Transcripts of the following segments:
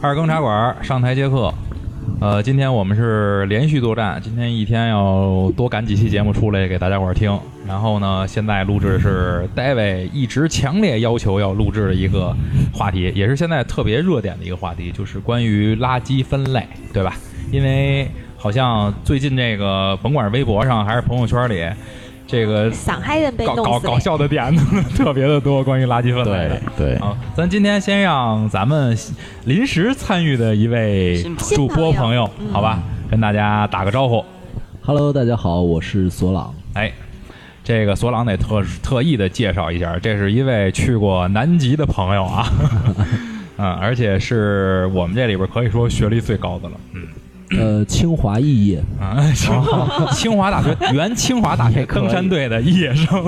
二更茶馆上台接客。呃，今天我们是连续作战，今天一天要多赶几期节目出来给大家伙儿听。然后呢，现在录制的是 David 一直强烈要求要录制的一个话题，也是现在特别热点的一个话题，就是关于垃圾分类，对吧？因为好像最近这个，甭管是微博上还是朋友圈里，这个想嗨人被搞弄搞死搞笑的点子 特别的多，关于垃圾分类的啊对。对，好，咱今天先让咱们临时参与的一位新朋友主播朋友，嗯好吧，跟大家打个招呼。 Hello，大家好，我是索朗。哎，这个索朗得特特意的介绍一下，这是一位去过南极的朋友 啊，嗯，而且是我们这里边可以说学历最高的了，嗯呃，清华肄业， 啊，清华清华大学原清华大学也可以登山队的毕业生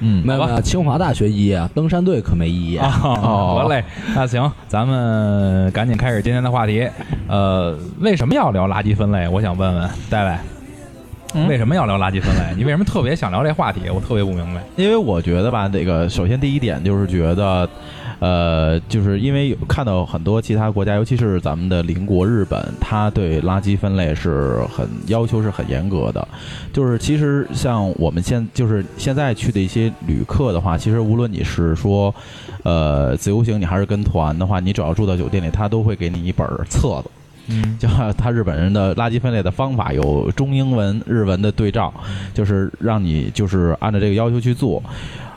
嗯，没有好吧没有，清华大学肄业啊，登山队可没肄业。啊，嗯好嘞，那行，咱们赶紧开始今天的话题，呃，为什么要聊垃圾分类？我想问问戴戴。为什么要聊垃圾分类？你为什么特别想聊这话题？我特别不明白。因为我觉得吧，这个首先第一点就是觉得，呃，就是因为有看到很多其他国家，尤其是咱们的邻国日本，它对垃圾分类是很要求是很严格的。就是其实像我们现就是现在去的一些旅客的话，其实无论你是说，呃，自由行你还是跟团的话，你只要住到酒店里，他都会给你一本儿册子。嗯，就他日本人的垃圾分类的方法有中英文、日文的对照，就是让你就是按照这个要求去做。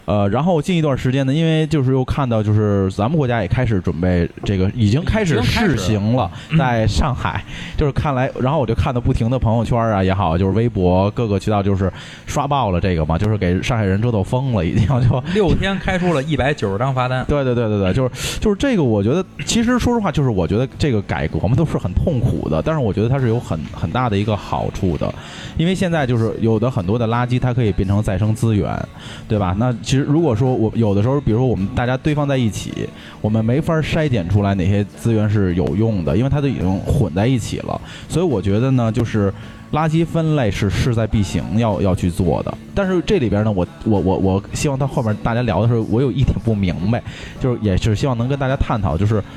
呃，然后近一段时间呢，因为就是又看到，就是咱们国家也开始准备这个，已经开已始经开始试行了，在上海，就是看来，然后我就看到不停的朋友圈啊也好，就是微博各个渠道就是刷爆了这个嘛，就是给上海人折腾疯了，已经就六天开出了一百九十张罚 单。对对对对对，就是就是这个，我觉得其实说实话，就是我觉得这个改革嘛都是很痛苦的，但是我觉得它是有很很大的一个好处的，因为现在就是有的很多的垃圾它可以变成再生资源，对吧？那其实如果说我有的时候，比如说我们大家堆放在一起，我们没法筛检出来哪些资源是有用的，因为它都已经混在一起了，所以我觉得呢，就是。垃圾分类是势在必行要要去做的，但是这里边呢，我我我我希望到后面大家聊的时候，我有一点不明白，就是也是希望能跟大家探讨，就是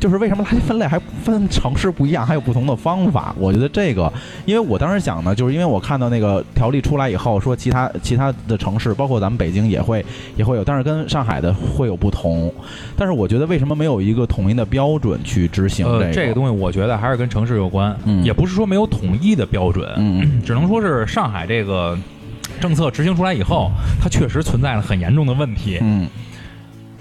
就是为什么垃圾分类还分城市不一样，还有不同的方法？我觉得这个，因为我当时想呢，就是因为我看到那个条例出来以后，说其他其他的城市，包括咱们北京也会也会有，但是跟上海的会有不同。但是我觉得为什么没有一个统一的标准去执行这个？呃，这个东西我觉得还是跟城市有关，嗯也不是说没有统一的标准，嗯，只能说是上海这个政策执行出来以后，它确实存在了很严重的问题。嗯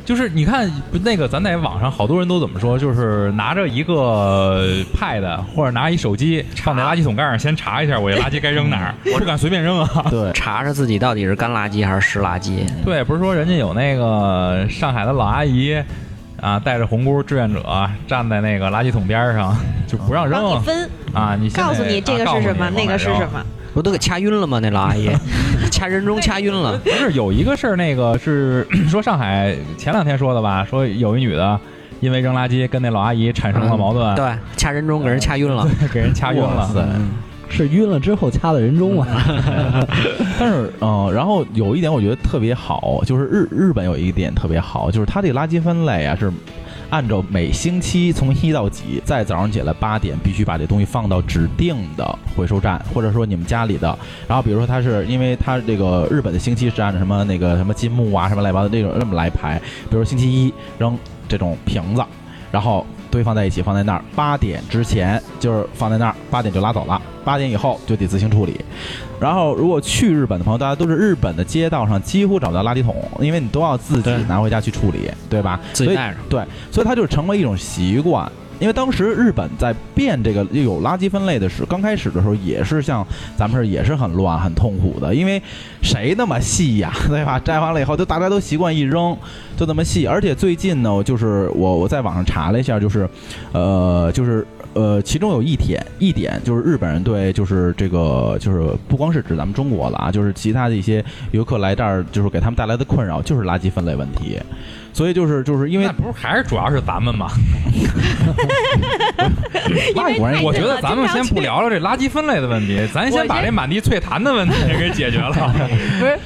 就是你看不那个，咱在网上好多人都怎么说，就是拿着一个 pad 或者拿一手机放在垃圾桶盖上，先查一下我这垃圾该扔哪 儿，我不敢随便扔啊。嗯， 对，查查自己到底是干垃圾还是湿垃圾。 对，不是说人家有那个上海的老阿姨啊，带着红箍志愿者站在那个垃圾桶边儿上，就不让扔帮了你分，啊！你现在告诉你这个啊告是诉什么，你那个是什？啊么。不都给掐晕了吗？那老阿 姨，掐人中掐晕往了。哪扔不是有一个事儿，那个是 说上海前两天说的吧？说有一女的因为扔垃圾跟那老阿姨产生了矛盾，对，掐人中给人掐晕了。给人掐晕哇了。塞是晕了之后掐的人中啊。但是，嗯、然后有一点我觉得特别好，就是日日本有一点特别好，就是它这垃圾分类啊是按照每星期从一到几，在早上起来八点必须把这东西放到指定的回收站，或者说你们家里的。然后比如说它是因为它这个日本的星期是按照什么那个什么金木啊什么来八糟这种这么来排，比如星期一扔这种瓶子，然后堆放在一起放在那儿，八点之前就是放在那儿，八点就拉走了，八点以后就得自行处理。然后，如果去日本的朋友，大家都是日本的街道上几乎找不到垃圾桶，因为你都要自己对拿回家去处理，对吧？自己带着。对，所以它就成为一种习惯。因为当时日本在变这个有垃圾分类的时候，刚开始的时候也是像咱们这儿也是很乱、很痛苦的，因为谁那么细呀、对吧？ 摘完了以后，都大家都习惯一扔，就那么细。而且最近呢，就是我我在网上查了一下，就是，呃，就是呃，其中有一点一点就是日本人对就是这个就是不光是指咱们中国了啊，就是其他的一些游客来这儿，就是给他们带来的困扰就是垃圾分类问题。所以就是就是因为那不是还是主要是咱们吗？外国哎人我觉得咱们先不聊聊这垃圾分类的问题，咱先把这满地脆痰的问题给解决了。不是，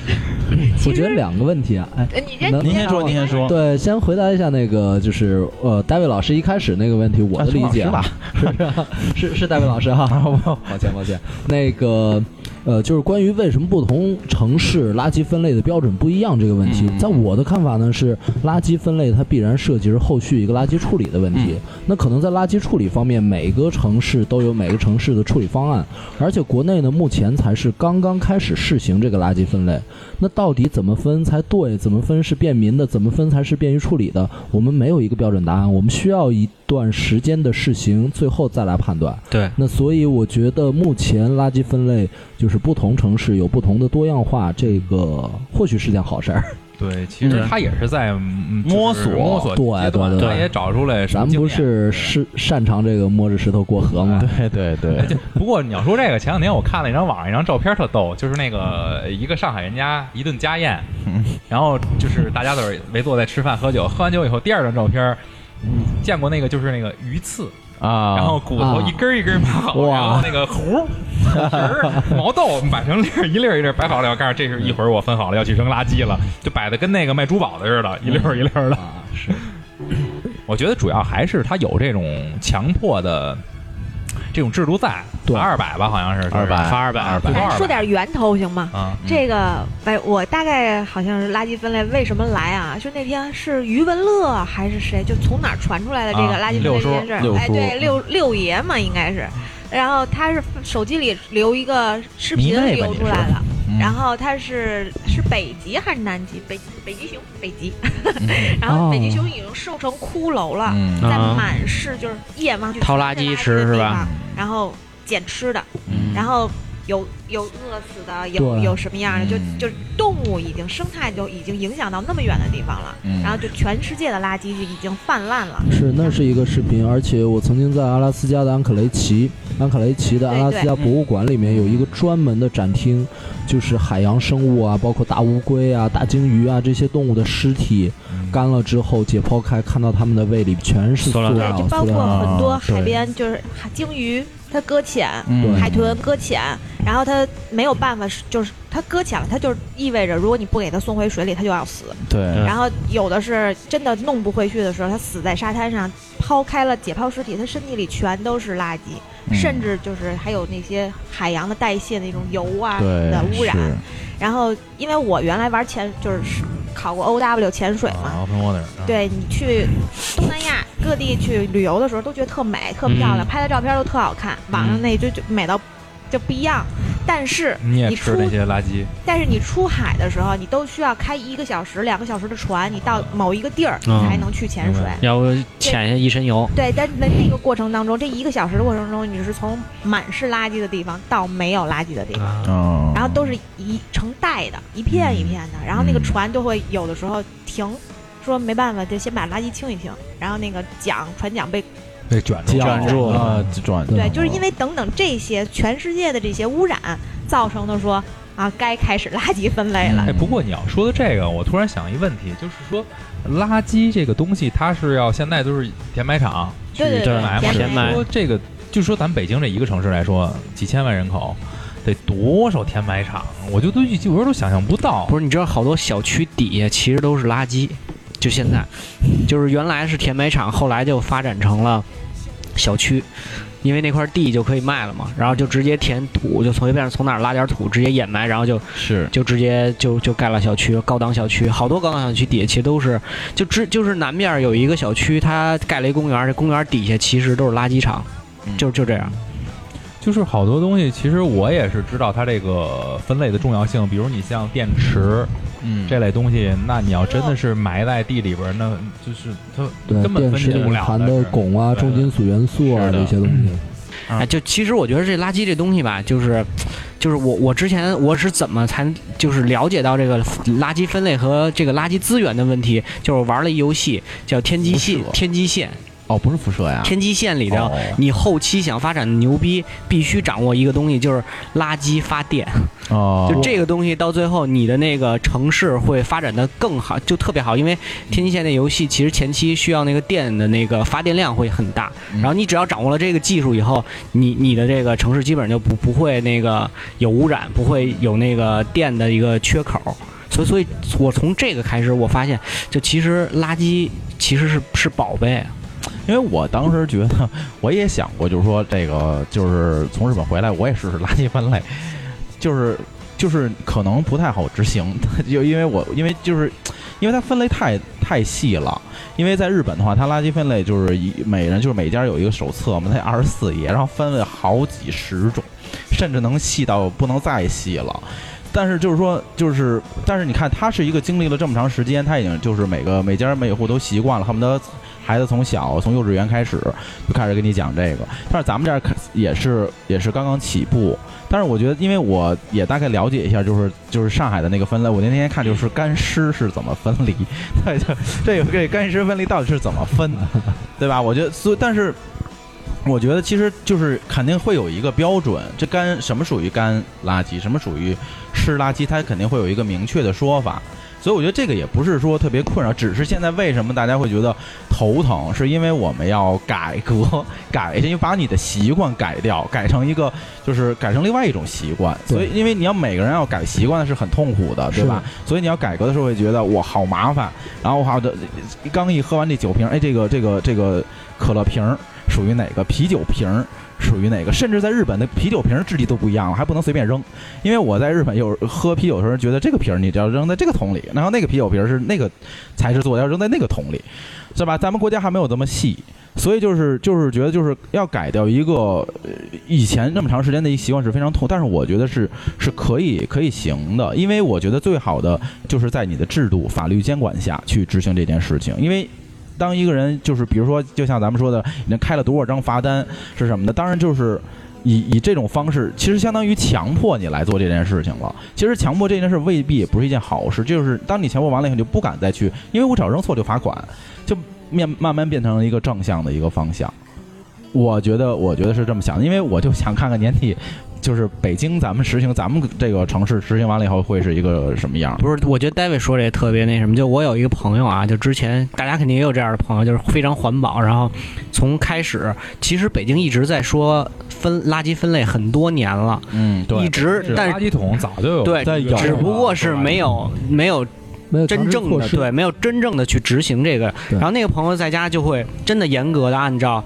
我其觉得实两个问题啊，哎，呃你这能您先嗯说，您先说。对，先回答一下那个就是呃，大卫老师一开始那个问题，我的理解啊啊， 是是是大卫老师哈， 抱歉抱歉，那个呃，就是关于为什么不同城市垃圾分类的标准不一样这个问题，嗯在我的看法呢是，垃圾分类它必然涉及是后续一个垃圾处理的问题。那可能在垃圾处理方面，每个城市都有每个城市的处理方案，而且国内呢目前才是刚刚开始试行这个垃圾分类。那到底怎么分才对？怎么分是便民的？怎么分才是便于处理的？我们没有一个标准答案，我们需要一段时间的试行，最后再来判断。对，那所以我觉得目前垃圾分类就是不同城市有不同的多样化，这个或许是件好事儿。 对，其实嗯他也是在嗯就是摸索摸索对阶段对对他也找出来什么咱经不验。是是擅长这个摸着石头过河吗？对对对，不过你要说这个，前两天我看了一张网上一张照片，特逗，就是那个一个上海人家一顿家 宴，然后就是大家都是围坐在吃饭喝酒，喝完酒以后，第二张照片，嗯，见过那个就是那个鱼刺，啊，然后骨头一根儿一根儿摆好，哇然后那个核儿、骨皮儿、毛豆摆成粒儿一粒儿一粒儿摆好了，我告诉这是一会儿我分好了要去扔垃圾了，就摆的跟那个卖珠宝的似的，一粒儿一粒儿的。啊，是我觉得主要还是他有这种强迫的这种制度在，对罚二百吧，好像是二百罚二百，二百最高哎二说百点源头行吗？啊。嗯这个，哎，我大概好像是垃圾分类为什么来啊？就那天是余文乐还是谁，就从哪儿传出来的这个啊垃圾分六类叔这件事六儿？哎，叔嗯对，六六爷嘛，应该是。然后他是手机里留一个视迷频妹吧留你出是来的，嗯然后他是是北极还是南极？北北极熊，北极。 然后北极熊已经瘦成骷髅了，哦嗯在啊满市就是夜盲去掏翻垃这圾吃的是地吧嗯方？然后捡吃的。然后有有饿死的，有对有什么样的，就嗯就是动物已经生态就已经影响到那么远的地方了，嗯然后就全世界的垃圾就已经泛滥了。是，那是一个视频，而且我曾经在阿拉斯加的安克雷奇，安克雷奇的阿对拉斯加博物馆里面有一个专门的展厅，就是海洋生物啊，包括大乌龟啊、大鲸鱼啊这些动物的尸体，干了之后解剖开，看到它们的胃里全是塑塑料料，对，就包塑括料很多啊对海边就是海鲸鱼，它搁浅，嗯海豚搁浅，然后它没有办法，就是它搁浅了，它就意味着如果你不给它送回水里，它就要死。对，然后有的是真的弄不回去的时候，他死在沙滩上，抛开了解剖尸体，他身体里全都是垃圾，嗯甚至就是还有那些海洋的代谢那种油啊什么对的污染。是然后因为我原来玩潜就是考过 OW 潜水哦嘛，啊，open water，啊，对你去东南亚各地去旅游的时候，都觉得特美、特漂亮，嗯拍的照片都特好看，网上那就就美到就不一样。但是你也你吃那出些垃圾，但是你出海的时候，你都需要开一个小时、两个小时的船，你到某一个地儿你嗯才能去潜水。要不潜下一身油，对，但在那个过程当中，这一个小时的过程中，你是从满是垃圾的地方到没有垃圾的地方，啊嗯，然后都是一成袋的，一片一片的，然后那个船就会有的时候停，说没办法，就先把垃圾清一清，然后那个桨船桨被被卷住了卷住啊转嗯对对，就是因为等等这些全世界的这些污染造成的说啊，该开始垃圾分嗯类了。嗯哎，不过你要说的这个，我突然想一问题，就是说，垃圾这个东西，它是要现在都是填埋场去对对填埋嘛？对填埋说这个，就说咱北京这一个城市来说，几千万人口，得多少填埋场？我就都有时候都想象不到。不是，你知道好多小区底下其实都是垃圾，就现在，就是原来是填埋场，后来就发展成了小区，因为那块地就可以卖了嘛，然后就直接填土，就随便从哪儿拉点土直接掩埋，然后就是就直接就就盖了小区，高档小区，好多高档小区底下其实都是，就之就是南面有一个小区，它盖了一公园，这公园底下其实都是垃圾场，嗯就就这样，就是好多东西，其实我也是知道它这个分类的重要性。比如你像电池嗯这类东西，那你要真的是埋在地里边儿，那就是它对根本电分池解里不面了含的的是汞啊、对重金属元素啊是的这些东嗯西。啊哎，就其实我觉得这垃圾这东西吧，就是，就是我我之前我是怎么才就是了解到这个垃圾分类和这个垃圾资源的问题，就是玩了一游戏叫《天际线不》，是天际线，哦，不是辐射呀，天际线里头，哦你后期想发展牛逼，必须掌握一个东西，就是垃圾发电。哦，就这个东西到最后，你的那个城市会发展的更好，就特别好，因为天际线那游戏其实前期需要那个电的那个发电量会很大，嗯然后你只要掌握了这个技术以后，你你的这个城市基本就不不会那个有污染，不会有那个电的一个缺口。所以所以我从这个开始，我发现就其实垃圾其实是是宝贝，因为我当时觉得，我也想过，就是说这个，就是从日本回来，我也试试垃圾分类，就是就是可能不太好执行， 就因为我因为就是因为它分类太太细了，因为在日本的话，它垃圾分类就是一每人就是每家有一个手册嘛，它二十四页，然后分为好几十种，甚至能细到不能再细了。但是就是说，就是但是你看，他是一个经历了这么长时间，他已经就是每个每家每户都习惯了，恨不得孩子从小从幼稚园开始就开始跟你讲这个。但是咱们这儿开也是也是刚刚起步。但是我觉得，因为我也大概了解一下，就是就是上海的那个分类，我那天看就是干湿是怎么分离， 对，就这个这干湿分离到底是怎么分，对吧？我觉得，所以但是。我觉得其实就是肯定会有一个标准，这干什么属于干垃圾，什么属于湿垃圾，它肯定会有一个明确的说法。所以我觉得这个也不是说特别困扰，只是现在为什么大家会觉得头疼，是因为我们要改革，改因为把你的习惯改掉，改成一个就是改成另外一种习惯。对所以因为你要每个人要改习惯是很痛苦的，对吧？所以你要改革的时候会觉得我好麻烦，然后我好的刚一喝完这酒瓶，哎，这个这个这个可乐瓶儿属于哪个，啤酒瓶儿属于哪个，甚至在日本的啤酒瓶儿质地都不一样了，还不能随便扔。因为我在日本有喝啤酒的时候，觉得这个瓶儿你只要扔在这个桶里，然后那个啤酒瓶儿是那个材质做的，要扔在那个桶里，是吧？咱们国家还没有这么细，所以就是就是觉得就是要改掉一个呃以前那么长时间的一习惯是非常痛，但是我觉得是是可以可以行的，因为我觉得最好的就是在你的制度法律监管下去执行这件事情，因为。当一个人就是，比如说，就像咱们说的，已经开了多少张罚单是什么的，当然就是以以这种方式，其实相当于强迫你来做这件事情了。其实强迫这件事未必也不是一件好事，就是当你强迫完了以后，你就不敢再去，因为我只要扔错就罚款，就面慢慢变成了一个正向的一个方向。我觉得，我觉得是这么想的，因为我就想看看年底，就是北京咱们实行咱们这个城市实行完了以后会是一个什么样。不是，我觉得 David 说这特别那什么。就我有一个朋友啊，就之前大家肯定也有这样的朋友，就是非常环保。然后从开始，其实北京一直在说分垃圾分类很多年了，嗯，对一直但垃圾桶早就有对在有只不过是没有没有没有真正尝试的措施对，没有真正的去执行这个。对然后那个朋友在家就会真的严格的按照。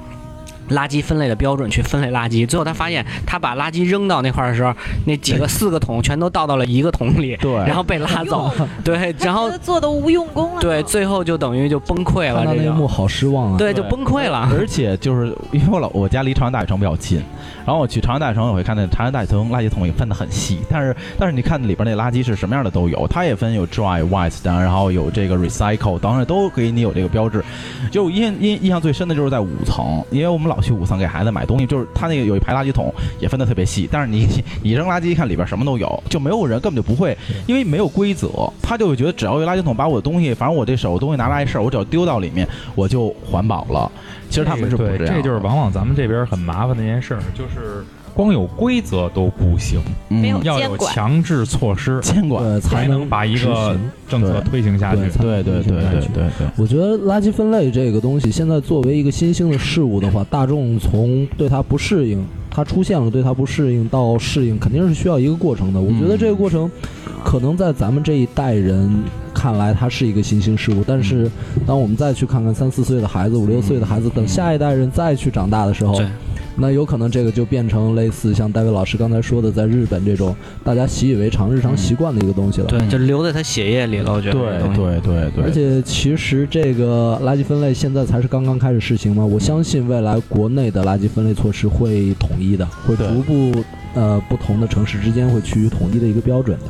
垃圾分类的标准去分类垃圾，最后他发现他把垃圾扔到那块儿的时候，那几个四个桶全都倒到了一个桶里，对然后被拉走，用对，然后他觉得做的无用功啊了。 对，最后就等于就崩溃了，看到这那一幕个好失望啊！对就崩溃了。而且就是因为我老我家离长安大悦城比较近，然后我去长安大悦城，我会看那长安大悦城垃圾桶也分得很细，但是但是你看里边那垃圾是什么样的都有，它也分有 dry、wet，当然然后有这个 recycle，当然都给你有这个标志。就我印印印象最深的就是在五层，因为我们老去五层给孩子买东西，就是它那个有一排垃圾桶也分得特别细，但是你你扔垃圾一看里边什么都有，就没有人根本就不会，因为没有规则，他就会觉得只要有垃圾桶把我的东西，反正我这手东西拿来事儿，我只要丢到里面我就环保了。其实他们是哎不对，样的，这就是往往咱们这边很麻烦的一件事儿，就是光有规则都不行，没有嗯要监有管强制措施监管，对，才能能把一执个行政策推行下去对。才对对对对对对，我觉得垃圾分类这个东西，现在作为一个新兴的事物的话，大众从对它不适应，它出现了对它不适应到适应，肯定是需要一个过程的。我觉得这个过程，可能在咱们这一代人看来，它是一个新兴事物，但是当我们再去看看三四岁的孩子、五六岁的孩子，等下一代人再去长大的时候对，那有可能这个就变成类似像戴维老师刚才说的，在日本这种大家习以为常、日常习惯的一个东西了。对，就留在他血液里了，我觉得这个东对对西。对对，而且其实这个垃圾分类现在才是刚刚开始实行嘛，我相信未来国内的垃圾分类措施会统一的，会对逐步呃不同的城市之间会趋于统一的一个标准的。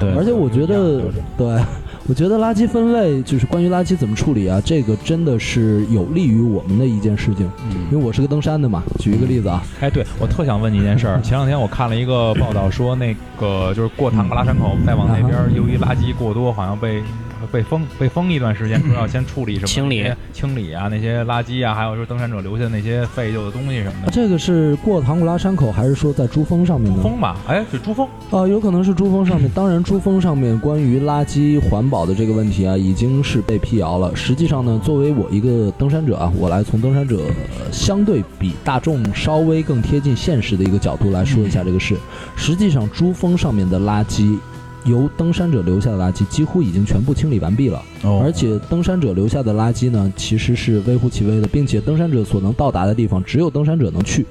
对而且我觉得，对， 我觉得垃圾分类就是关于垃圾怎么处理啊，这个真的是有利于我们的一件事情。嗯因为我是个登山的嘛，举一个例子啊，哎，对，我特想问你一件事嗯儿。前两天我看了一个报道，说那个就是过嗯唐古拉山口，再往那边儿，由于垃圾过多，好像被被封被封一段时间，说嗯要先处理什么清理那些清理啊，那些垃圾啊，还有就是登山者留下的那些废旧的东西什么啊的。这个是过唐古拉山口还是说在珠峰上面珠嗯呢？峰吧，哎，是珠峰，啊，有可能是珠峰上面。当然，珠峰上面关于垃圾环保的这个问题啊，已经是被辟谣了。实际上呢，作为我一个登山者啊，我来从登山者呃相对比大众稍微更贴近现实的一个角度来说一下这个事。实际上，珠峰上面的垃圾。由登山者留下的垃圾几乎已经全部清理完毕了。哦而且登山者留下的垃圾呢，其实是微乎其微的，并且登山者所能到达的地方，只有登山者能去。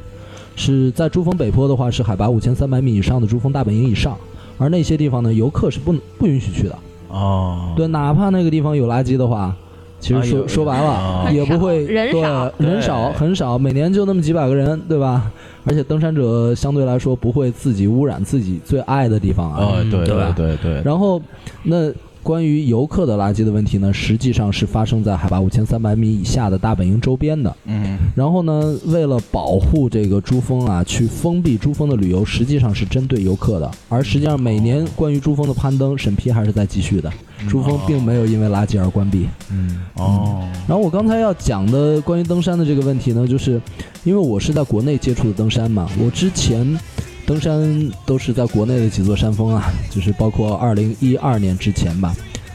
是在珠峰北坡的话，是海拔五千三百米以上的珠峰大本营以上，而那些地方呢，游客是不能不允许去的。哦，对，哪怕那个地方有垃圾的话，其啊实说、有说白了很也不少会人对少人少哎对很少，每年就那么几百个人，对吧？而且登山者相对来说不会自己污染自己最爱的地方啊。哦，嗯对对吧对对对，然后，那关于游客的垃圾的问题呢，实际上是发生在海拔五千三百米以下的大本营周边的。嗯，然后呢，为了保护这个珠峰啊，去封闭珠峰的旅游，实际上是针对游客的。而实际上，每年关于珠峰的攀登审批还是在继续的，嗯珠峰并没有因为垃圾而关闭。嗯，哦，然后我刚才要讲的关于登山的这个问题呢，就是因为我是在国内接触的登山嘛，我之前登山都是在国内的几座山峰啊， 就是包括二零一二年之前吧。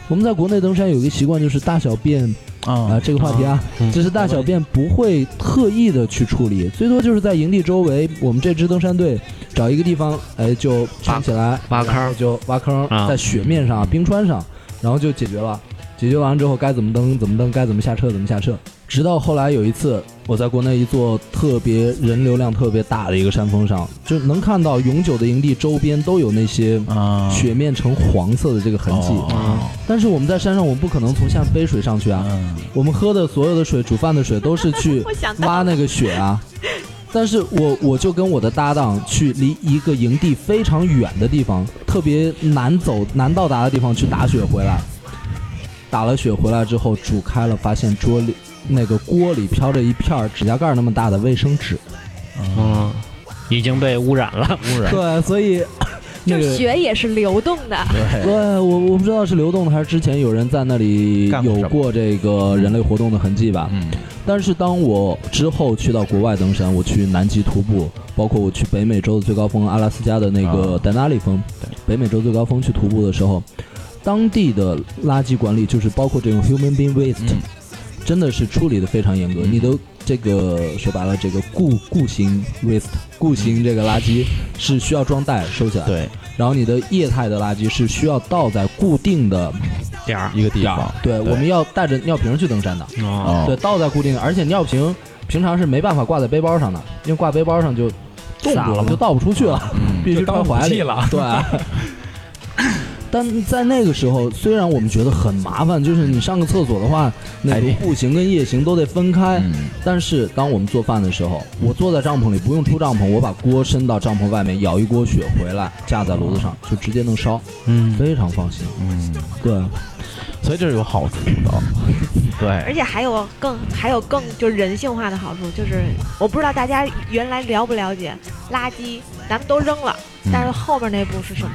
我们在国内登山有一个习惯，就是大小便啊、啊，这个话题啊，嗯就是大小便不会特意的去处理，最多就是在营地周围，我们这支登山队找一个地方，哎，就圈起来，挖坑然后就挖坑，啊在雪面上、冰川上，然后就解决了。解决完之后该怎么登怎么登，该怎么下车怎么下车。直到后来有一次，我在国内一座特别人流量特别大的一个山峰上，就能看到永久的营地周边都有那些啊，雪面呈黄色的这个痕迹。哦但是我们在山上，我们不可能从下背水上去啊。嗯我们喝的所有的水、煮饭的水都是 去我想到挖那个雪啊。但是我我就跟我的搭档去离一个营地非常远的地方，特别难走、难到达的地方去打雪回来。打了雪回来之后，煮开了，发现桌里那个锅里飘着一片儿指甲盖儿那么大的卫生纸。嗯，已经被污染了。污染，对，所 以那就个是血也是流动的，对，对我我不知道是流动的还是之前有人在那里干过什有么过这个人类活动的痕迹吧。嗯，但是当我之后去到国外登山，我去南极徒步，包括我去北美洲的最高峰阿拉斯加的那个啊戴纳利峰，北美洲最高峰去徒步的时候，当地的垃圾管理就是包括这种 human being waste，、嗯真的是处理的非常严格。嗯你都这个说白了，这个固固型 waste 固型这个垃圾是需要装袋收起来，嗯对，然后你的液态的垃圾是需要倒在固定的，点儿，一个地方，对，我们要带着尿瓶去登山的。啊哦，哦对，，倒在固定的，而且尿瓶平常是没办法挂在背包上的，因为挂背包上就冻散住了了，就倒不出去 了，嗯必须就当装武怀器里了对。但在那个时候，虽然我们觉得很麻烦，就是你上个厕所的话，那个步行跟夜行都得分开。嗯但是当我们做饭的时候，我坐在帐篷里不用出帐篷，我把锅伸到帐篷外面，舀一锅血回来架在炉子上，就直接能烧，嗯，非常放心。嗯，对，所以这是有好处的，而对，且还有更还有更就是人性化的好处，就是我不知道大家原来了不了解，垃圾咱们都扔了，嗯但是后面那步是什么？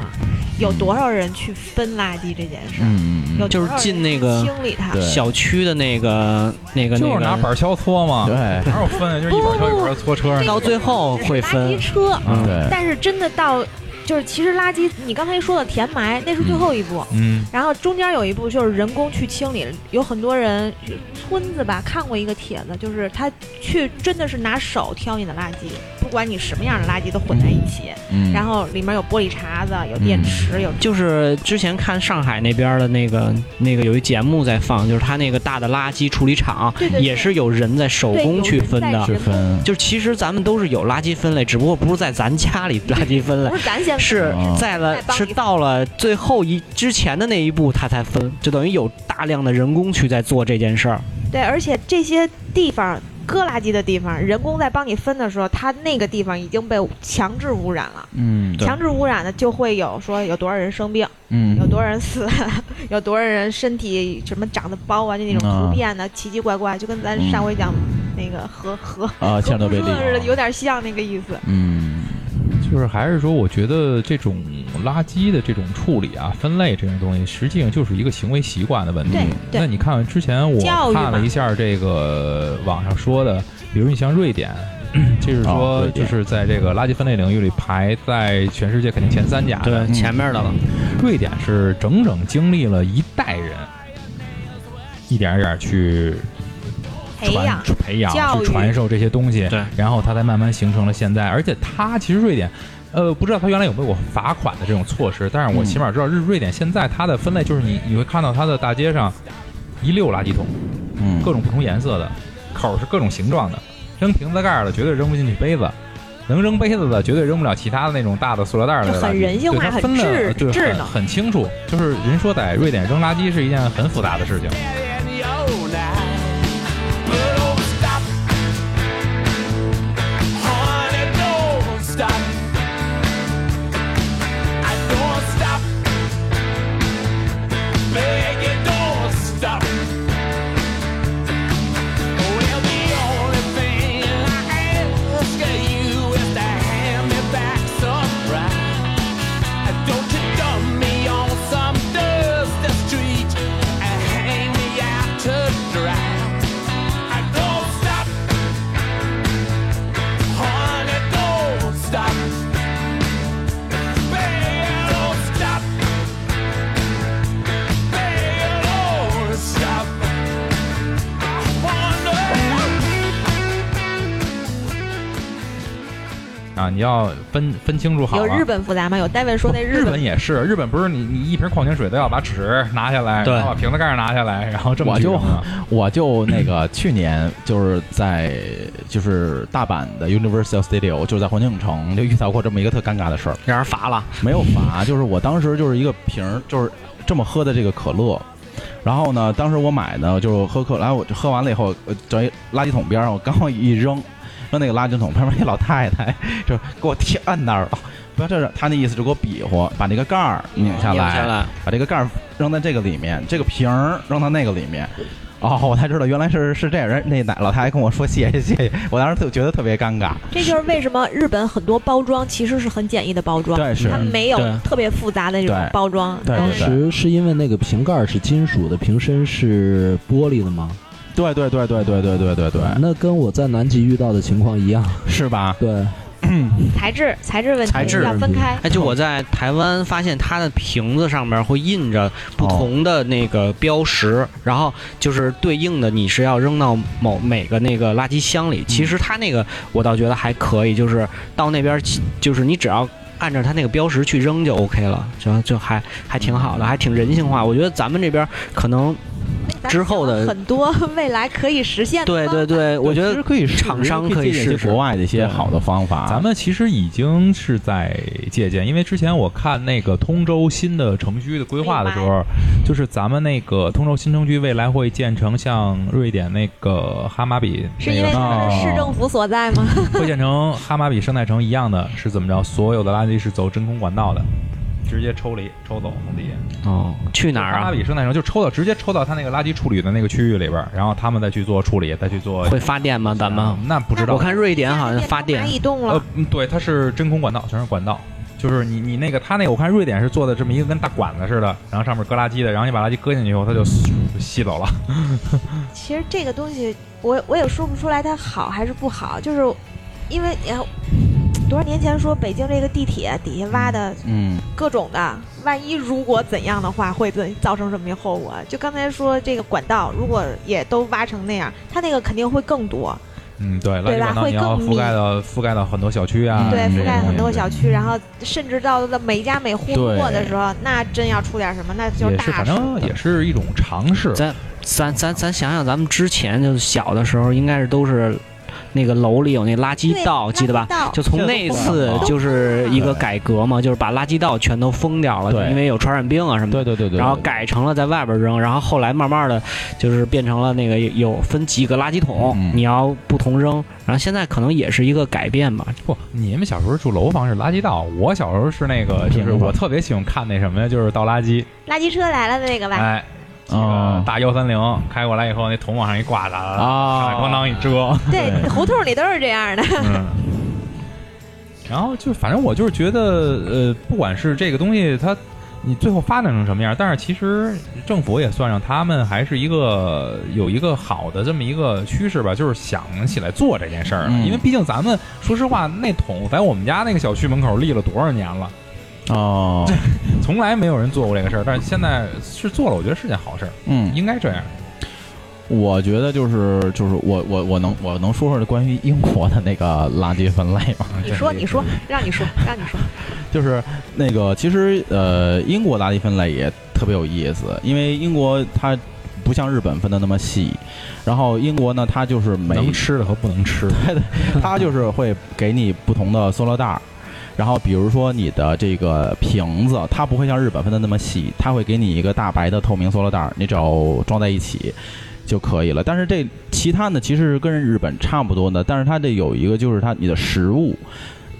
有多少人去分垃圾这件事？嗯嗯有多嗯，就是少人进那个清理它。对小区的那个那个就那是个，拿板锹搓嘛，对哪有分啊？就是一板锹一板锹搓车上这去。到个最后只是会分垃圾车，嗯，对，但是真的到就是其实垃圾，你刚才说的填埋那是最后一步，嗯，然后中间有一步就是人工去清理，有很多人村子吧看过一个帖子，就是他去真的是拿手挑你的垃圾，不管你什么样的垃圾都混在一起，嗯然后里面有玻璃碴子，有电池，有就是之前看上海那边的那个那个有一节目在放，就是他那个大的垃圾处理厂对对对也是有人在手对有工去人分在的手。是分，就其实咱们都是有垃圾分类，只不过不是在咱家里垃圾分类不，是咱先 是哦在了再帮是你到了最后一之前的那一步，他才分，就等于有大量的人工去在做这件事儿。对，而且这些地方搁垃圾的地方，人工在帮你分的时候，它那个地方已经被强制污染了，嗯，对，强制污染的就会有说有多少人生病。嗯有多少人死，啊 有多少人身体什么长的包啊，就那种嗯图片呢，奇奇怪怪，就跟咱上回讲那个核核啊，切尔诺贝利核辐射似的，有点像那个意思。嗯，就是还是说，我觉得这种垃圾的这种处理啊、分类这种东西，实际上就是一个行为习惯的问题。对那对，你看，之前我教育嘛看了一下这个网上说的，比如你像瑞典，就是哦说瑞就典是在这个垃圾分类领域里排在全世界肯定前三甲的。嗯对，前面的了，瑞典是整整经历了一代人，一点儿一点儿去培养传培养教育去传授这些东西，对然后它才慢慢形成了现在。而且它其实瑞典呃，不知道它原来有没有过罚款的这种措施，但是我嗯起码知道瑞瑞典现在它的分类就是你你会看到它的大街上一溜垃圾桶，嗯各种不同颜色的，口儿是各种形状的，扔瓶子盖儿的绝对扔不进去杯子。能扔杯子的绝对扔不了其他的那种大的塑料袋儿的垃圾，就很人性化对它很分了智对智很能很清楚。就是人说在瑞典扔垃圾是一件很复杂的事情。 Stop. Well, the only thing I ask of you is to hand me back some pride. Don't you dump me on some dusty street and hang me out to dry. I don't stop, honey, don't stop. Baby, don't stop. Baby, don't stop. I wonder. 啊，你要分分清楚好啊有了。日本复杂吗？有单位说那日本本也是，日本不是你你一瓶矿泉水都要把纸拿下来，对然后把瓶子盖儿拿下来，然后这么我去就扔啊我就那个去年就是在就是大阪的 Universal Studio，就是在环球影城就遇到过这么一个特尴尬的事儿，让人罚了，没有罚，就是我当时就是一个瓶儿，就是这么喝的这个可乐。然后呢，当时我买的就是喝可，然后我就喝完了以后，呃找一垃圾桶边上，我刚一扔，扔那个垃圾桶旁边一老太太就是给我贴摁那儿了，不要这是她那意思，就给我比划，把那个盖儿拧下嗯拧来下，来，把这个盖儿扔在这个里面，这个瓶儿扔到那个里面。哦，我才知道原来是是这样。人那奶老太太跟我说谢谢谢谢，我当时特觉得特别尴尬。这就是为什么日本很多包装其实是很简易的包装，对，是它没有对特别复杂的这种对包装。对嗯当对时是因为那个瓶盖儿是金属的，瓶身是玻璃的吗？对对对对对对对对对，那跟我在南极遇到的情况一样。是吧？对，材质材质问题材质要分开。哎，就我在台湾发现它的瓶子上面会印着不同的那个标识，然后就是对应的你是要扔到某每个那个垃圾箱嗯里。其实它那个我倒觉得还可以，就是到那边儿其就是你只要。按照它那个标识去扔就 OK 了，就就还还挺好的，还挺人性化。我觉得咱们这边儿可能咱之后的很多未来可以实现的 对方对对，我觉其得实可以试试厂商可以借鉴一试啊些试国外的一些好的方法。咱们其实已经是在借鉴，因为之前我看那个通州新的城区的规划的时候，就是咱们那个通州新城区未来会建成像瑞典那个哈马比是那因为个，它是市政府所在吗？会建成哈马比生态城一样的，是怎么着？所有的垃圾是走真空管道的，直接抽离抽走从底下。哦，去哪儿哈啊马？比生态城就抽到直接抽到它那个垃圾处理的那个区域里边儿，然后他们再去做处理，再去做。会发电吗？咱们啊嗯那不知 道，我看瑞典好像发变电成蚂蚁洞了呃，，嗯对，它是真空管道，全是管道。就是你你那个，它那个我看瑞典是做的这么一个跟大管子似的，然后上面搁垃圾的，然后你把垃圾搁进去以后，它就吸就吸走了。其实这个东西，我我也说不出来它好还是不好，就是因为哎呀多少年前说北京这个地铁底下挖的嗯，各种的，万一如果怎样的话，会怎造成什么后果？就刚才说这个管道，如果也都挖成那样，它那个肯定会更多，嗯，对，垃圾对吧管道会你要更覆盖密到覆盖到很多小区啊，对，嗯这覆盖些很东多西小区，然后甚至到了每家每户路过的时候，那真要出点什么，那就嗯是也大是，反事正也是一种尝试。咱咱咱咱想想，咱们之前就是小的时候，应该是都是那个楼里有那垃圾对道，记得吧？？垃圾道就从那次就是一个改革嘛，就是把垃圾道全都封掉了，对因为有传染病啊什么对的。对对对。然后改成了在外边扔，然后后来慢慢的，就是变成了那个有分几个垃圾桶，嗯你要不同扔。然后现在可能也是一个改变吧，不，你们小时候住楼房是垃圾道，我小时候是那个，就是平房我特别喜欢看那什么呀，就是倒垃圾，垃圾车来了的那个吧，哎，这哦个大幺三零开过来以后，那桶往上一挂，哒哒哒，啊，咣当一 遮，对，胡同里都是这样的。嗯，然后就反正我就是觉得，呃，不管是这个东西它。你最后发展成什么样？但是其实政府也算上，他们还是一个有一个好的这么一个趋势吧，就是想起来做这件事儿了。嗯因为毕竟咱们说实话，那桶在我们家那个小区门口立了多少年了，哦，从来没有人做过这个事儿。但是现在是做了，我觉得是件好事儿，嗯，应该这样。我觉得就是就是我我我能我能说说关于英国的那个垃圾分类吗？ 你说，你说，让你说，让你说，就是那个，其实呃，英国垃圾分类也特别有意思，因为英国它不像日本分的那么细，然后英国呢，它就是每能吃的和不能吃的，它就是会给你不同的塑料袋儿，然后比如说你的这个瓶子，它不会像日本分的那么细，它会给你一个大白的透明塑料袋儿，你只要装在一起就可以了。但是这其他的其实是跟日本差不多的，但是它这有一个就是它你的食物。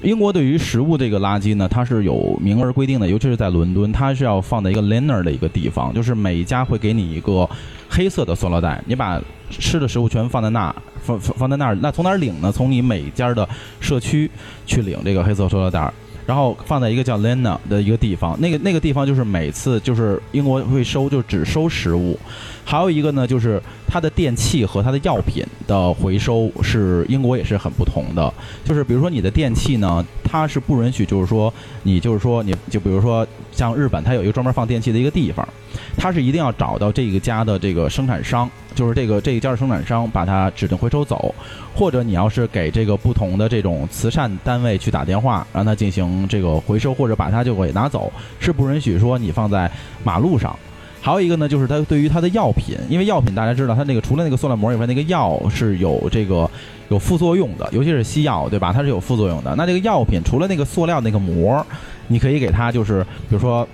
英国对于食物这个垃圾呢，它是有明文规定的，尤其是在伦敦，它是要放在一个 liner 的一个地方，就是每一家会给你一个黑色的塑料袋，你把吃的食物全放在那，放放放在那儿。那从哪儿领呢？从你每家的社区去领这个黑色塑料袋儿，然后放在一个叫 Lena 的一个地方。那个那个地方就是每次就是英国会收，就只收食物。还有一个呢，就是它的电器和它的药品的回收是英国也是很不同的。就是比如说你的电器呢，它是不允许，就是说你就是说你就比如说像日本，它有一个专门放电器的一个地方，它是一定要找到这个家的这个生产商，就是这个这一家的生产商把它指定回收走，或者你要是给这个不同的这种慈善单位去打电话，让他进行这个回收，或者把它就给拿走，是不允许说你放在马路上。还有一个呢，就是它对于它的药品，因为药品大家知道，它那个除了那个塑料膜以外，那个药是有这个有副作用的，尤其是西药，对吧？它是有副作用的。那这个药品除了那个塑料那个膜，你可以给它就是比如说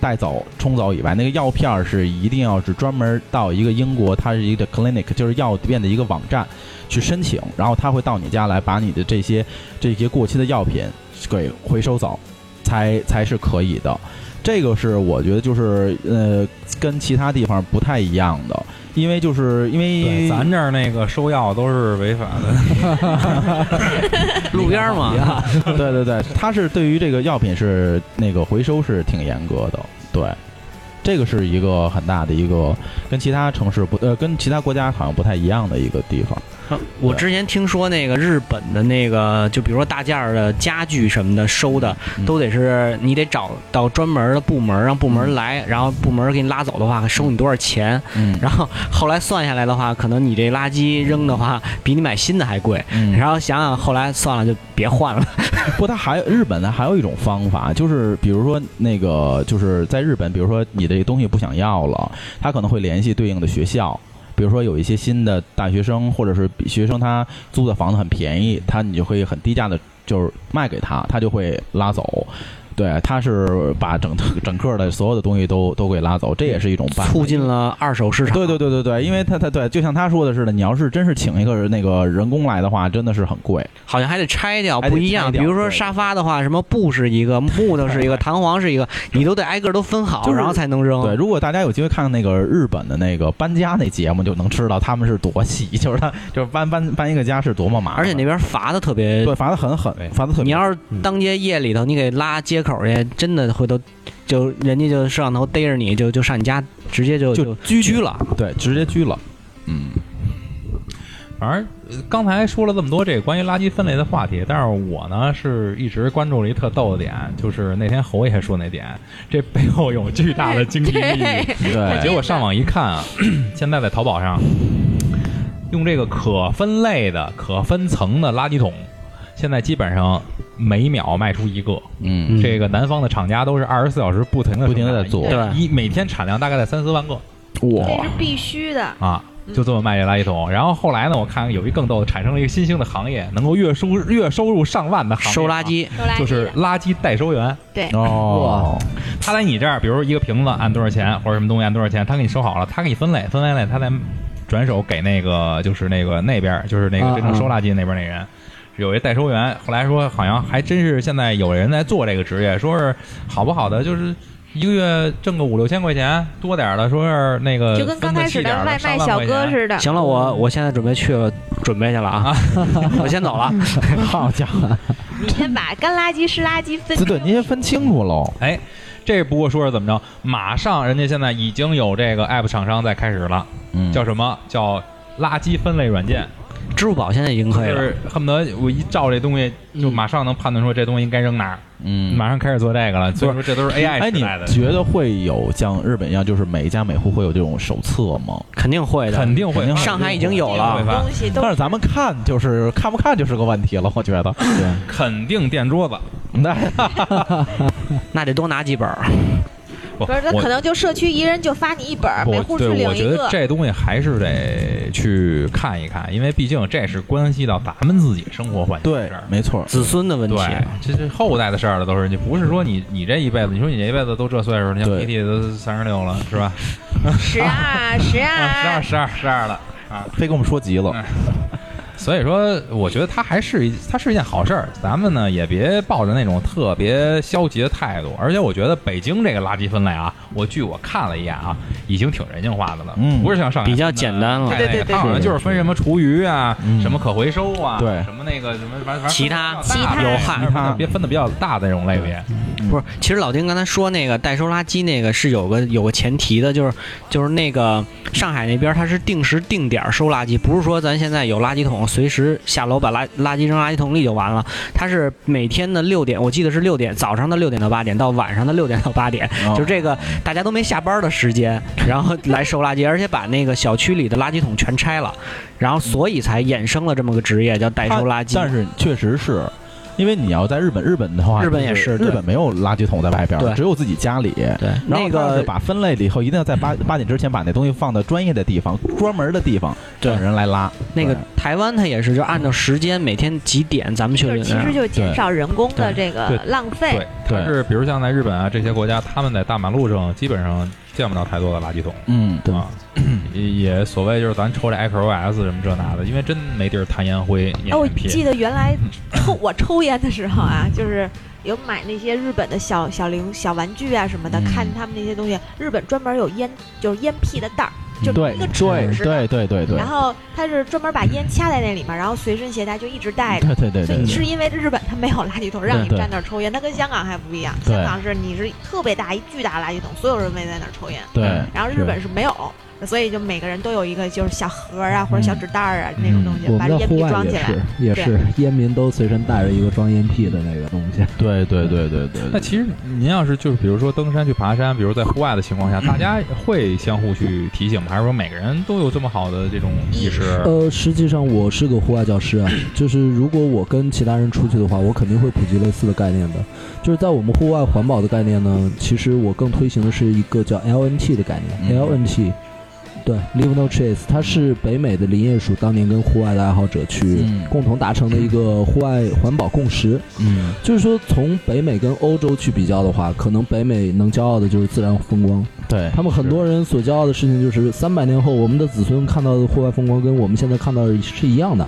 带走、冲走以外，那个药片儿是一定要是专门到一个英国，它是一个 clinic，就是药店的一个网站去申请，然后他会到你家来把你的这些这些过期的药品给回收走，才才是可以的。这个是我觉得就是呃跟其他地方不太一样的，因为就是因为对，咱这儿那个收药都是违法的，路边儿嘛， 对对对，它是对于这个药品是那个回收是挺严格的，对，这个是一个很大的一个跟其他城市不呃跟其他国家好像不太一样的一个地方。我之前听说那个日本的那个，就比如说大件儿的家具什么的，收的嗯都得是你得找到专门的部门，让部门来，然后部门给你拉走的话，收你多少钱。嗯然后后来算下来的话，可能你这垃圾扔的话，比你买新的还贵。嗯然后想想后来算了，就别换了。不，它还有日本呢，还有一种方法，就是比如说那个，就是在日本，比如说你的东西不想要了，他可能会联系对应的学校。比如说有一些新的大学生，或者是比学生他租的房子很便宜，他你就可以很低价的，就是卖给他，他就会拉走。对，他是把整整个的所有的东西都都给拉走，这也是一种 办法。促进了二手市场。对对对对对，因为他他对，就像他说的似的，你要是真是请一个那个人工来的话，真的是很贵。好像还得拆掉，还得不一样。拆比掉如说对沙发的话，什么布是一个，木头 是一个，弹簧是一个，你都得挨个儿都分好，就是然后才能扔。对，如果大家有机会看那个日本的那个搬家那节目，就能知道他们是多细， 就是他就是搬搬搬一个家是多么麻烦，而且那边罚的特别对罚的很狠对，罚的特别。你要是当街夜里头，你给拉街口去，真的回头就人家就摄像头逮着你，就就上你家，直接就就拘拘了。对直接拘了，嗯，反正呃刚才说了这么多这个关于垃圾分类的话题，但是我呢是一直关注了一特逗的点，就是那天侯爷说那点，这背后有巨大的经济利益。对，对结果上网一看啊， 现在在淘宝上用这个可分类的、可分层的垃圾桶，现在基本上每秒卖出一个。嗯这个南方的厂家都是二十四小时不停的不停地在做对一每天产量大概在三四万个 这哇是，必须的。啊。嗯就这么卖这垃圾桶，然后后来呢？我看有一更逗的，产生了一个新兴的行业，能够月收月收入上万的行业啊，收垃圾，收垃圾就是的垃圾代收员。哦，他来你这儿，比如一个瓶子按多少钱，或者什么东西按多少钱，他给你收好了，他给你分类，分完类他再转手给那个就是那个那边儿就是那啊个真正收垃圾那边那人。有一代收员，后来说好像还真是现在有人在做这个职业，说是好不好的，就是一个月挣个五六千块钱多点儿的，说是那个就跟刚开始呃分得细点儿的的外卖小哥似的。行了，我我现在准备去准备去了啊，我先走了。好哦家伙，你先把干垃圾、湿垃圾分 这对清您先分清楚喽，哎，这不过说是怎么着，马上人家现在已经有这个 app 厂商在开始了，嗯，叫什么叫垃圾分类软件。支付宝现在已经就可以了是。恨不得我一照这东西，就马上能判断出这东西应该扔哪儿，嗯马上开始做这个了。所以说这都是 AI 哎，时你代的，觉得会有像日本一样，就是每家每户会有这种手册吗？肯定会的，肯定会肯定会上海已经有会了，发东西都但是咱们看就是看不看就是个问题了，我觉得。肯定垫桌子。那那得多拿几本儿。不不是，他我可能就社区一人就发你一本儿，每我户去对，领我一觉得个。这 东西还是得去看一看，因为毕竟这是关系到咱们自己生活环境的对事儿，。没错。子孙的问题，对，这是后代的事儿了，都是你不是说你你这一辈子，你说你这一辈子都这岁数，你像对 P T 都三十六了，是吧？十二，十啊，十二二，十二十二了啊，非给我们说急了嗯，所以说，我觉得它还是一它是一件好事儿。咱们呢也别抱着那种特别消极的态度，而且我觉得北京这个垃圾分类啊，我据我看了一眼啊，已经挺人性化的了，嗯不是像上海比较简单了太那个对对对它好像就是分什么厨余啊，嗯什么可回收啊，对什么那个什么反正其他反正分得比较大有害分得别分的比较大的那种类别，嗯不是，其实老丁刚才说那个代收垃圾那个是有个有个前提的，就是就是那个上海那边它是定时定点收垃圾，不是说咱现在有垃圾桶随时下楼把垃垃圾扔垃圾桶里就完了，它是每天的六点，我记得是六点，早上的六点到八点哦到晚上的六点到八点，嗯就这个大家都没下班的时间，然后来收垃圾，而且把那个小区里的垃圾桶全拆了，然后所以才衍生了这么个职业叫代收垃圾。但是确实是。因为你要在日本，日本的话，日本也是就对日本没有垃圾桶在外边对，只有自己家里。对，然后那它是个把分类了以后，一定要在八八点之前把那东西放到专业的地方、专门的地方，对让人来拉。那个对台湾它也是，就按照时间每天几点咱们去就领是其实就是减少人工的这对个浪费对。，它对是比如像在日本啊这些国家，他们在大马路上基本上见不到太多的垃圾桶。嗯，对啊，也也所谓就是咱抽这 IQOS 什么这那的，因为真没地儿弹烟灰、哎，烟我尘记屁。得原来抽我抽烟的时候啊，就是有买那些日本的小小零小玩具啊什么的，嗯看他们那些东西，日本专门有烟就是烟屁的袋儿，就对一个尺对似的，对对对对，然后他是专门把烟掐在那里面，然后随身携带就哎一直带着。对对对所对以对是因为日本它没有垃圾桶，让你对对站那儿抽烟，它跟香港还不一样。对香港是你是特别大一巨大垃圾桶，所有人围在那儿抽烟，对，然后日本是没有，所以就每个人都有一个就是小盒儿啊或者小纸袋儿啊嗯那种东我西，把这们在烟户屁外装起也来。是，也对是烟民都随身带着一个装烟屁的那个东西。对对对对对那对。其实您要是就是比如说登山去爬山，比如在户外的情况下，大家会相互去提醒吗？还是说每个人都有这么好的这种意识？嗯呃，实际上我是个户外教师 啊，就是如果我跟其他人出去的话，我肯定会普及类似的概念的。就是在我们户外环保的概念呢，其实我更推行的是一个叫 LNT 的概念、嗯 l n t 对，Leave No Trace，它是北美的林业署当年跟户外的爱好者去嗯共同达成的一个户外环保共识。嗯，就是说，从北美跟欧洲去比较的话，可能北美能骄傲的就是自然风光。对，他们很多人所骄傲的事情就是，三百年后我们的子孙看到的户外风光跟我们现在看到的是一样的。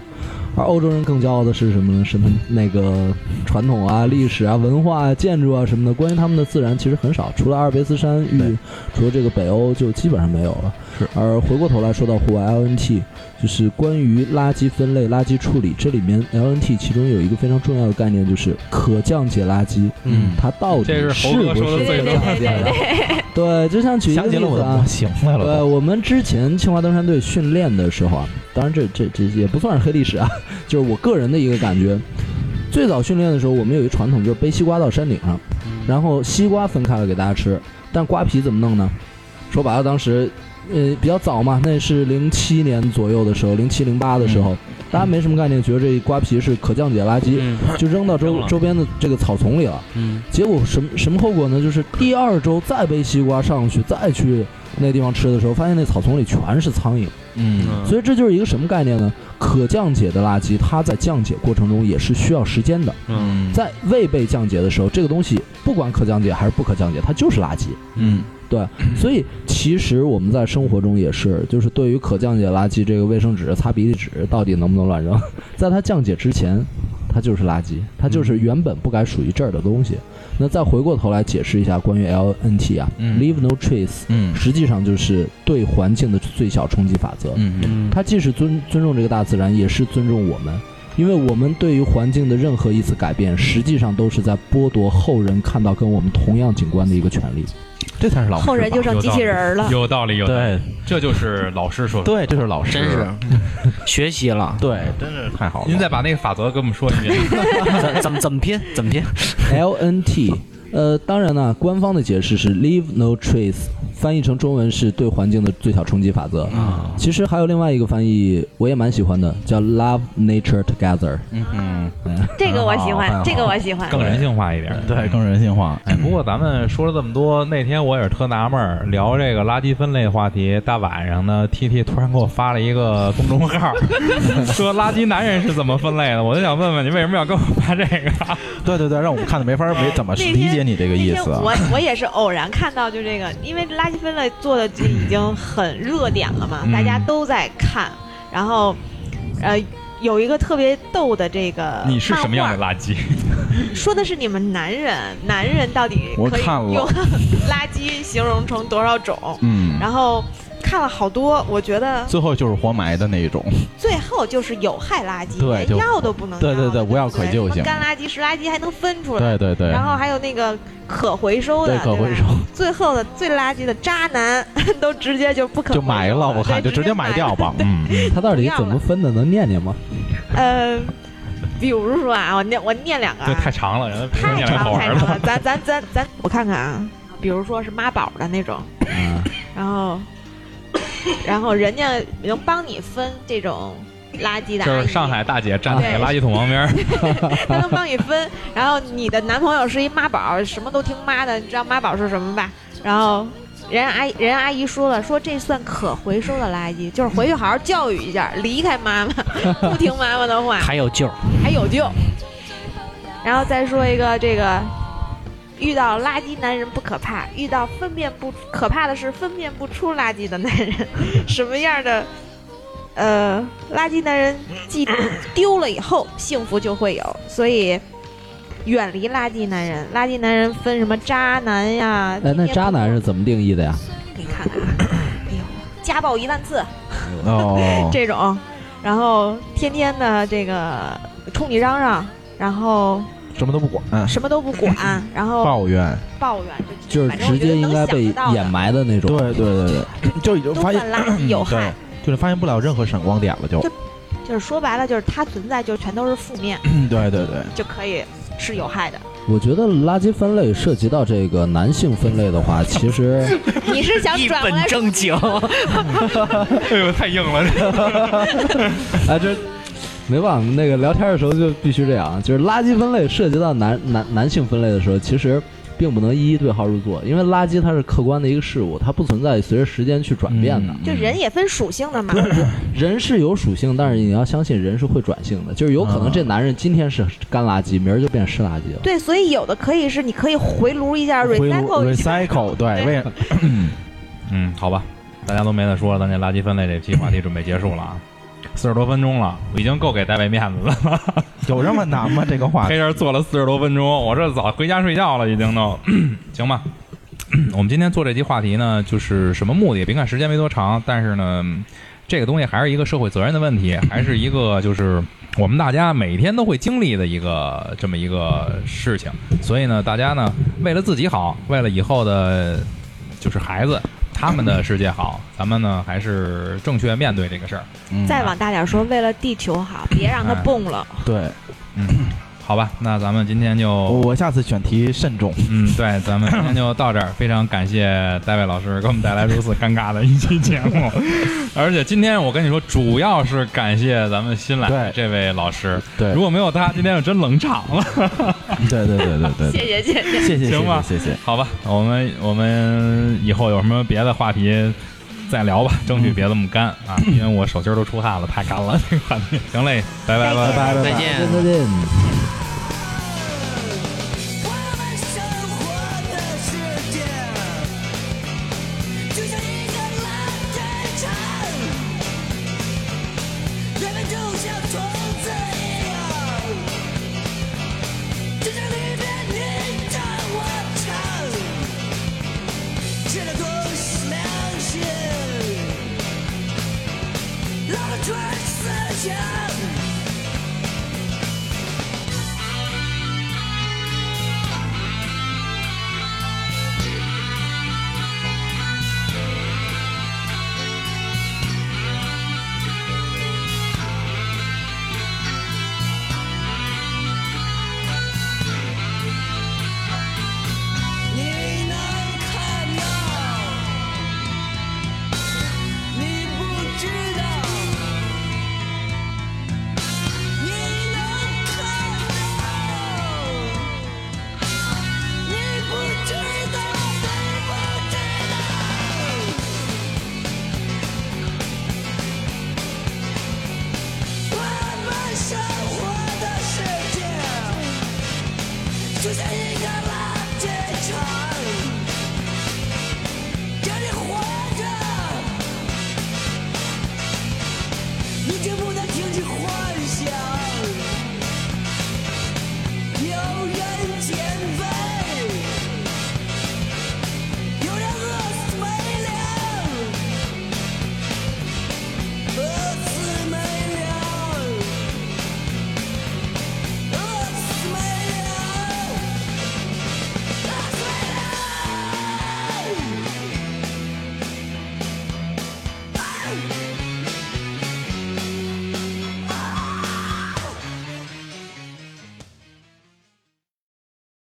而欧洲人更骄傲的是什么呢？什么那个传统啊、历史啊、文化啊、建筑啊什么的，关于他们的自然其实很少，除了阿尔卑斯山域对，除了这个北欧就基本上没有了。是。而回过头来说到户外 LNT，就是关于垃圾分类、垃圾处理，这里面 LNT 其中有一个非常重要的概念，就是可降解垃圾，嗯，它到底这是是猴哥不说的是最对重对要对的对对。对，就像举一个想起例了我子的啊模，型来了对，呃都。我们之前清华登山队训练的时候啊，当然这这这也不算是黑历史啊， 就是我个人的一个感觉。最早训练的时候，我们有一传统，就是背西瓜到山顶上，然后西瓜分开了给大家吃，但瓜皮怎么弄呢？说白了，当时呃比较早嘛，那是零七年左右的时候，零七零八的时嗯候，大家没什么概念，觉得这瓜皮是可降解垃圾，嗯就扔到扔周了周边的这个草丛里了。嗯，结果什么什么后果呢？就是第二周再背西瓜上去，再去那地方吃的时候，发现那草丛里全是苍蝇。嗯所以这就是一个什么概念呢？可降解的垃圾，它在降解过程中也是需要时间的。嗯在未被降解的时候，这个东西不管可降解还是不可降解，它就是垃圾。嗯所以其实我们在生活中也是，就是对于可降解垃圾，这个卫生纸、擦鼻涕纸到底能不能乱扔， 在它降解之前，它就是垃圾，它就是原本不该属于这儿的东西。那再回过头来解释一下关于 LNT 啊、嗯 l e a v e No Trace，嗯实际上就是对环境的最小冲击法则。嗯它既是尊尊重这个大自然，也是尊重我们，因为我们对于环境的任何一次改变，实际上都是在剥夺后人看到跟我们同样景观的一个权利。这才是老师后人就吧剩机器人儿了。有道理，有道理，对这就是老师说的。对，这是老师，真是学习 了，对，真是太好了。您再把那个法则给我们说一 遍。怎怎么怎么拼怎么拼？ L N T。呃，当然呢，官方的解释是 “leave no trace”，翻译成中文是对环境的最小冲击法则。其实还有另外一个翻译，我也蛮喜欢的，叫 “love nature together”。嗯，这个我喜啊很好欢，这个我喜欢。更人性化一点。对，更人性化。哎，不过咱们说了这么多，那天我也是特纳闷儿，聊这个垃圾分类话题，大晚上呢，T T 突然给我发了一个公众号， 说垃圾男人是怎么分类的，我就想问问你为什么要给我发这个？对对对，让我们看的没法儿没怎么那啊理天解你这个意思那啊天。我我也是偶然看到，就这个，因为垃圾分类做的就已经很热点了嘛，嗯大家都在看。然后，呃，有一个特别逗的这 个，你是什么样的？垃圾？说的是你们男人，男人到底我可以看了用 垃圾形容成多少种？嗯，然后看了好多，我觉得最后就是活埋的那一种。最后就是有害垃圾，对连就要都不能要对了。对对无药不可救什么性干垃圾、湿垃圾还能分出来。对对对，然后还有那个可回收的，对可吧回收最后的最垃圾的渣男 都直接就不可就埋了，我看对就直接埋掉。吧。嗯，嗯它到底怎么分的？能念念吗？呃，比如说啊，我念我念两个、这啊，太长了，然后太念长好了玩太长了。了，咱咱咱咱，我看看啊，比如说是妈宝的那种，啊，然后然后人家能帮你分这种垃圾的，就是上海。大姐站在那个垃圾桶旁 边，他能帮你分。然后你的男朋友是一妈宝，什么都听妈的，你知道妈宝是什么吧？然后人家阿姨人家阿姨说了，说这算可回收的垃圾，就是回去好好教育一下，离开妈妈，不听妈妈的话，还有救儿，还有救。然后再说一个这个。遇到垃圾男人不可怕，遇到分辨不可怕的是分辨不出垃圾的男 人，什么样的，呃，垃圾男人既丢了以后，幸福就会有，所以远离垃圾男人。垃圾男人分什么渣男呀？哎，那天天渣男是怎么定义的呀？你看看啊，哎呦，家暴一万次 哦，这种，然后天天的这个冲你嚷嚷，然后什么都不 管，什么都不管，然后抱怨。抱怨，嗯就是反正我直觉得接应能该想被得到的掩埋的那种。对对对对，就已经都发算现垃圾有害嗯对，就是发现不了任何闪光点了，就就就是说白了，就是它存在就全都是负面，嗯对对对，就可以嗯是有害的。我觉得垃圾分类涉及到这个男性分类的话，其实你是想一转过来本正经。哎呦，太硬了，这啊，这没办法，那个聊天的时候就必须这样，啊就是垃圾分类涉及到男男男性分类的时候，其实并不能一一对号入座，因为垃圾它是客观的一个事物，它不存在随着时间去转变嗯的。就人也分属性的嘛。人是有属性，但是你要相信人是会转性的，就是有啊可能这男人今天是干垃圾，明儿就变湿垃圾了。对，所以有的可以是你可以回炉一下回炉啊，recycle 一下。 recycle 对，为嗯，好吧，大家都没得说了，咱这垃圾分类这期话题准备结束了啊，四十多分钟了，已经够给大卫面子了。 有这么难吗？这个话陪题，这坐了四十多分钟，我这早回家睡觉了，已经都。 行吧，我们今天做这期话题呢，就是什么目的？别看时间没多长，但是呢，这个东西还是一个社会责任的问题，还是一个就是我们大家每天都会经历的一个这么一个事情。所以呢，大家呢，为了自己好，为了以后的，就是孩子他们的世界好，咱们呢还是正确面对这个事儿。嗯再往大点说，为了地球好，别让它哎蹦了。 对，好吧，那咱们今天就我我下次选题慎重。嗯，对，咱们今天就到这 儿。非常感谢戴维老师给我们带来如此尴尬的一期节 目，而且今天我跟你说，主要是感谢咱们新来的对这位老师。对如果没有他，今天就真冷场了。对对对对对谢对，谢谢谢，谢谢谢行吧谢谢谢，好吧，我们我们以后有什么别的话题再聊吧，争取嗯别这么干啊，因为我手心儿都出汗了，太干了这个话题。行嘞，拜拜拜拜。再再见。见再见我们生活的世界，就像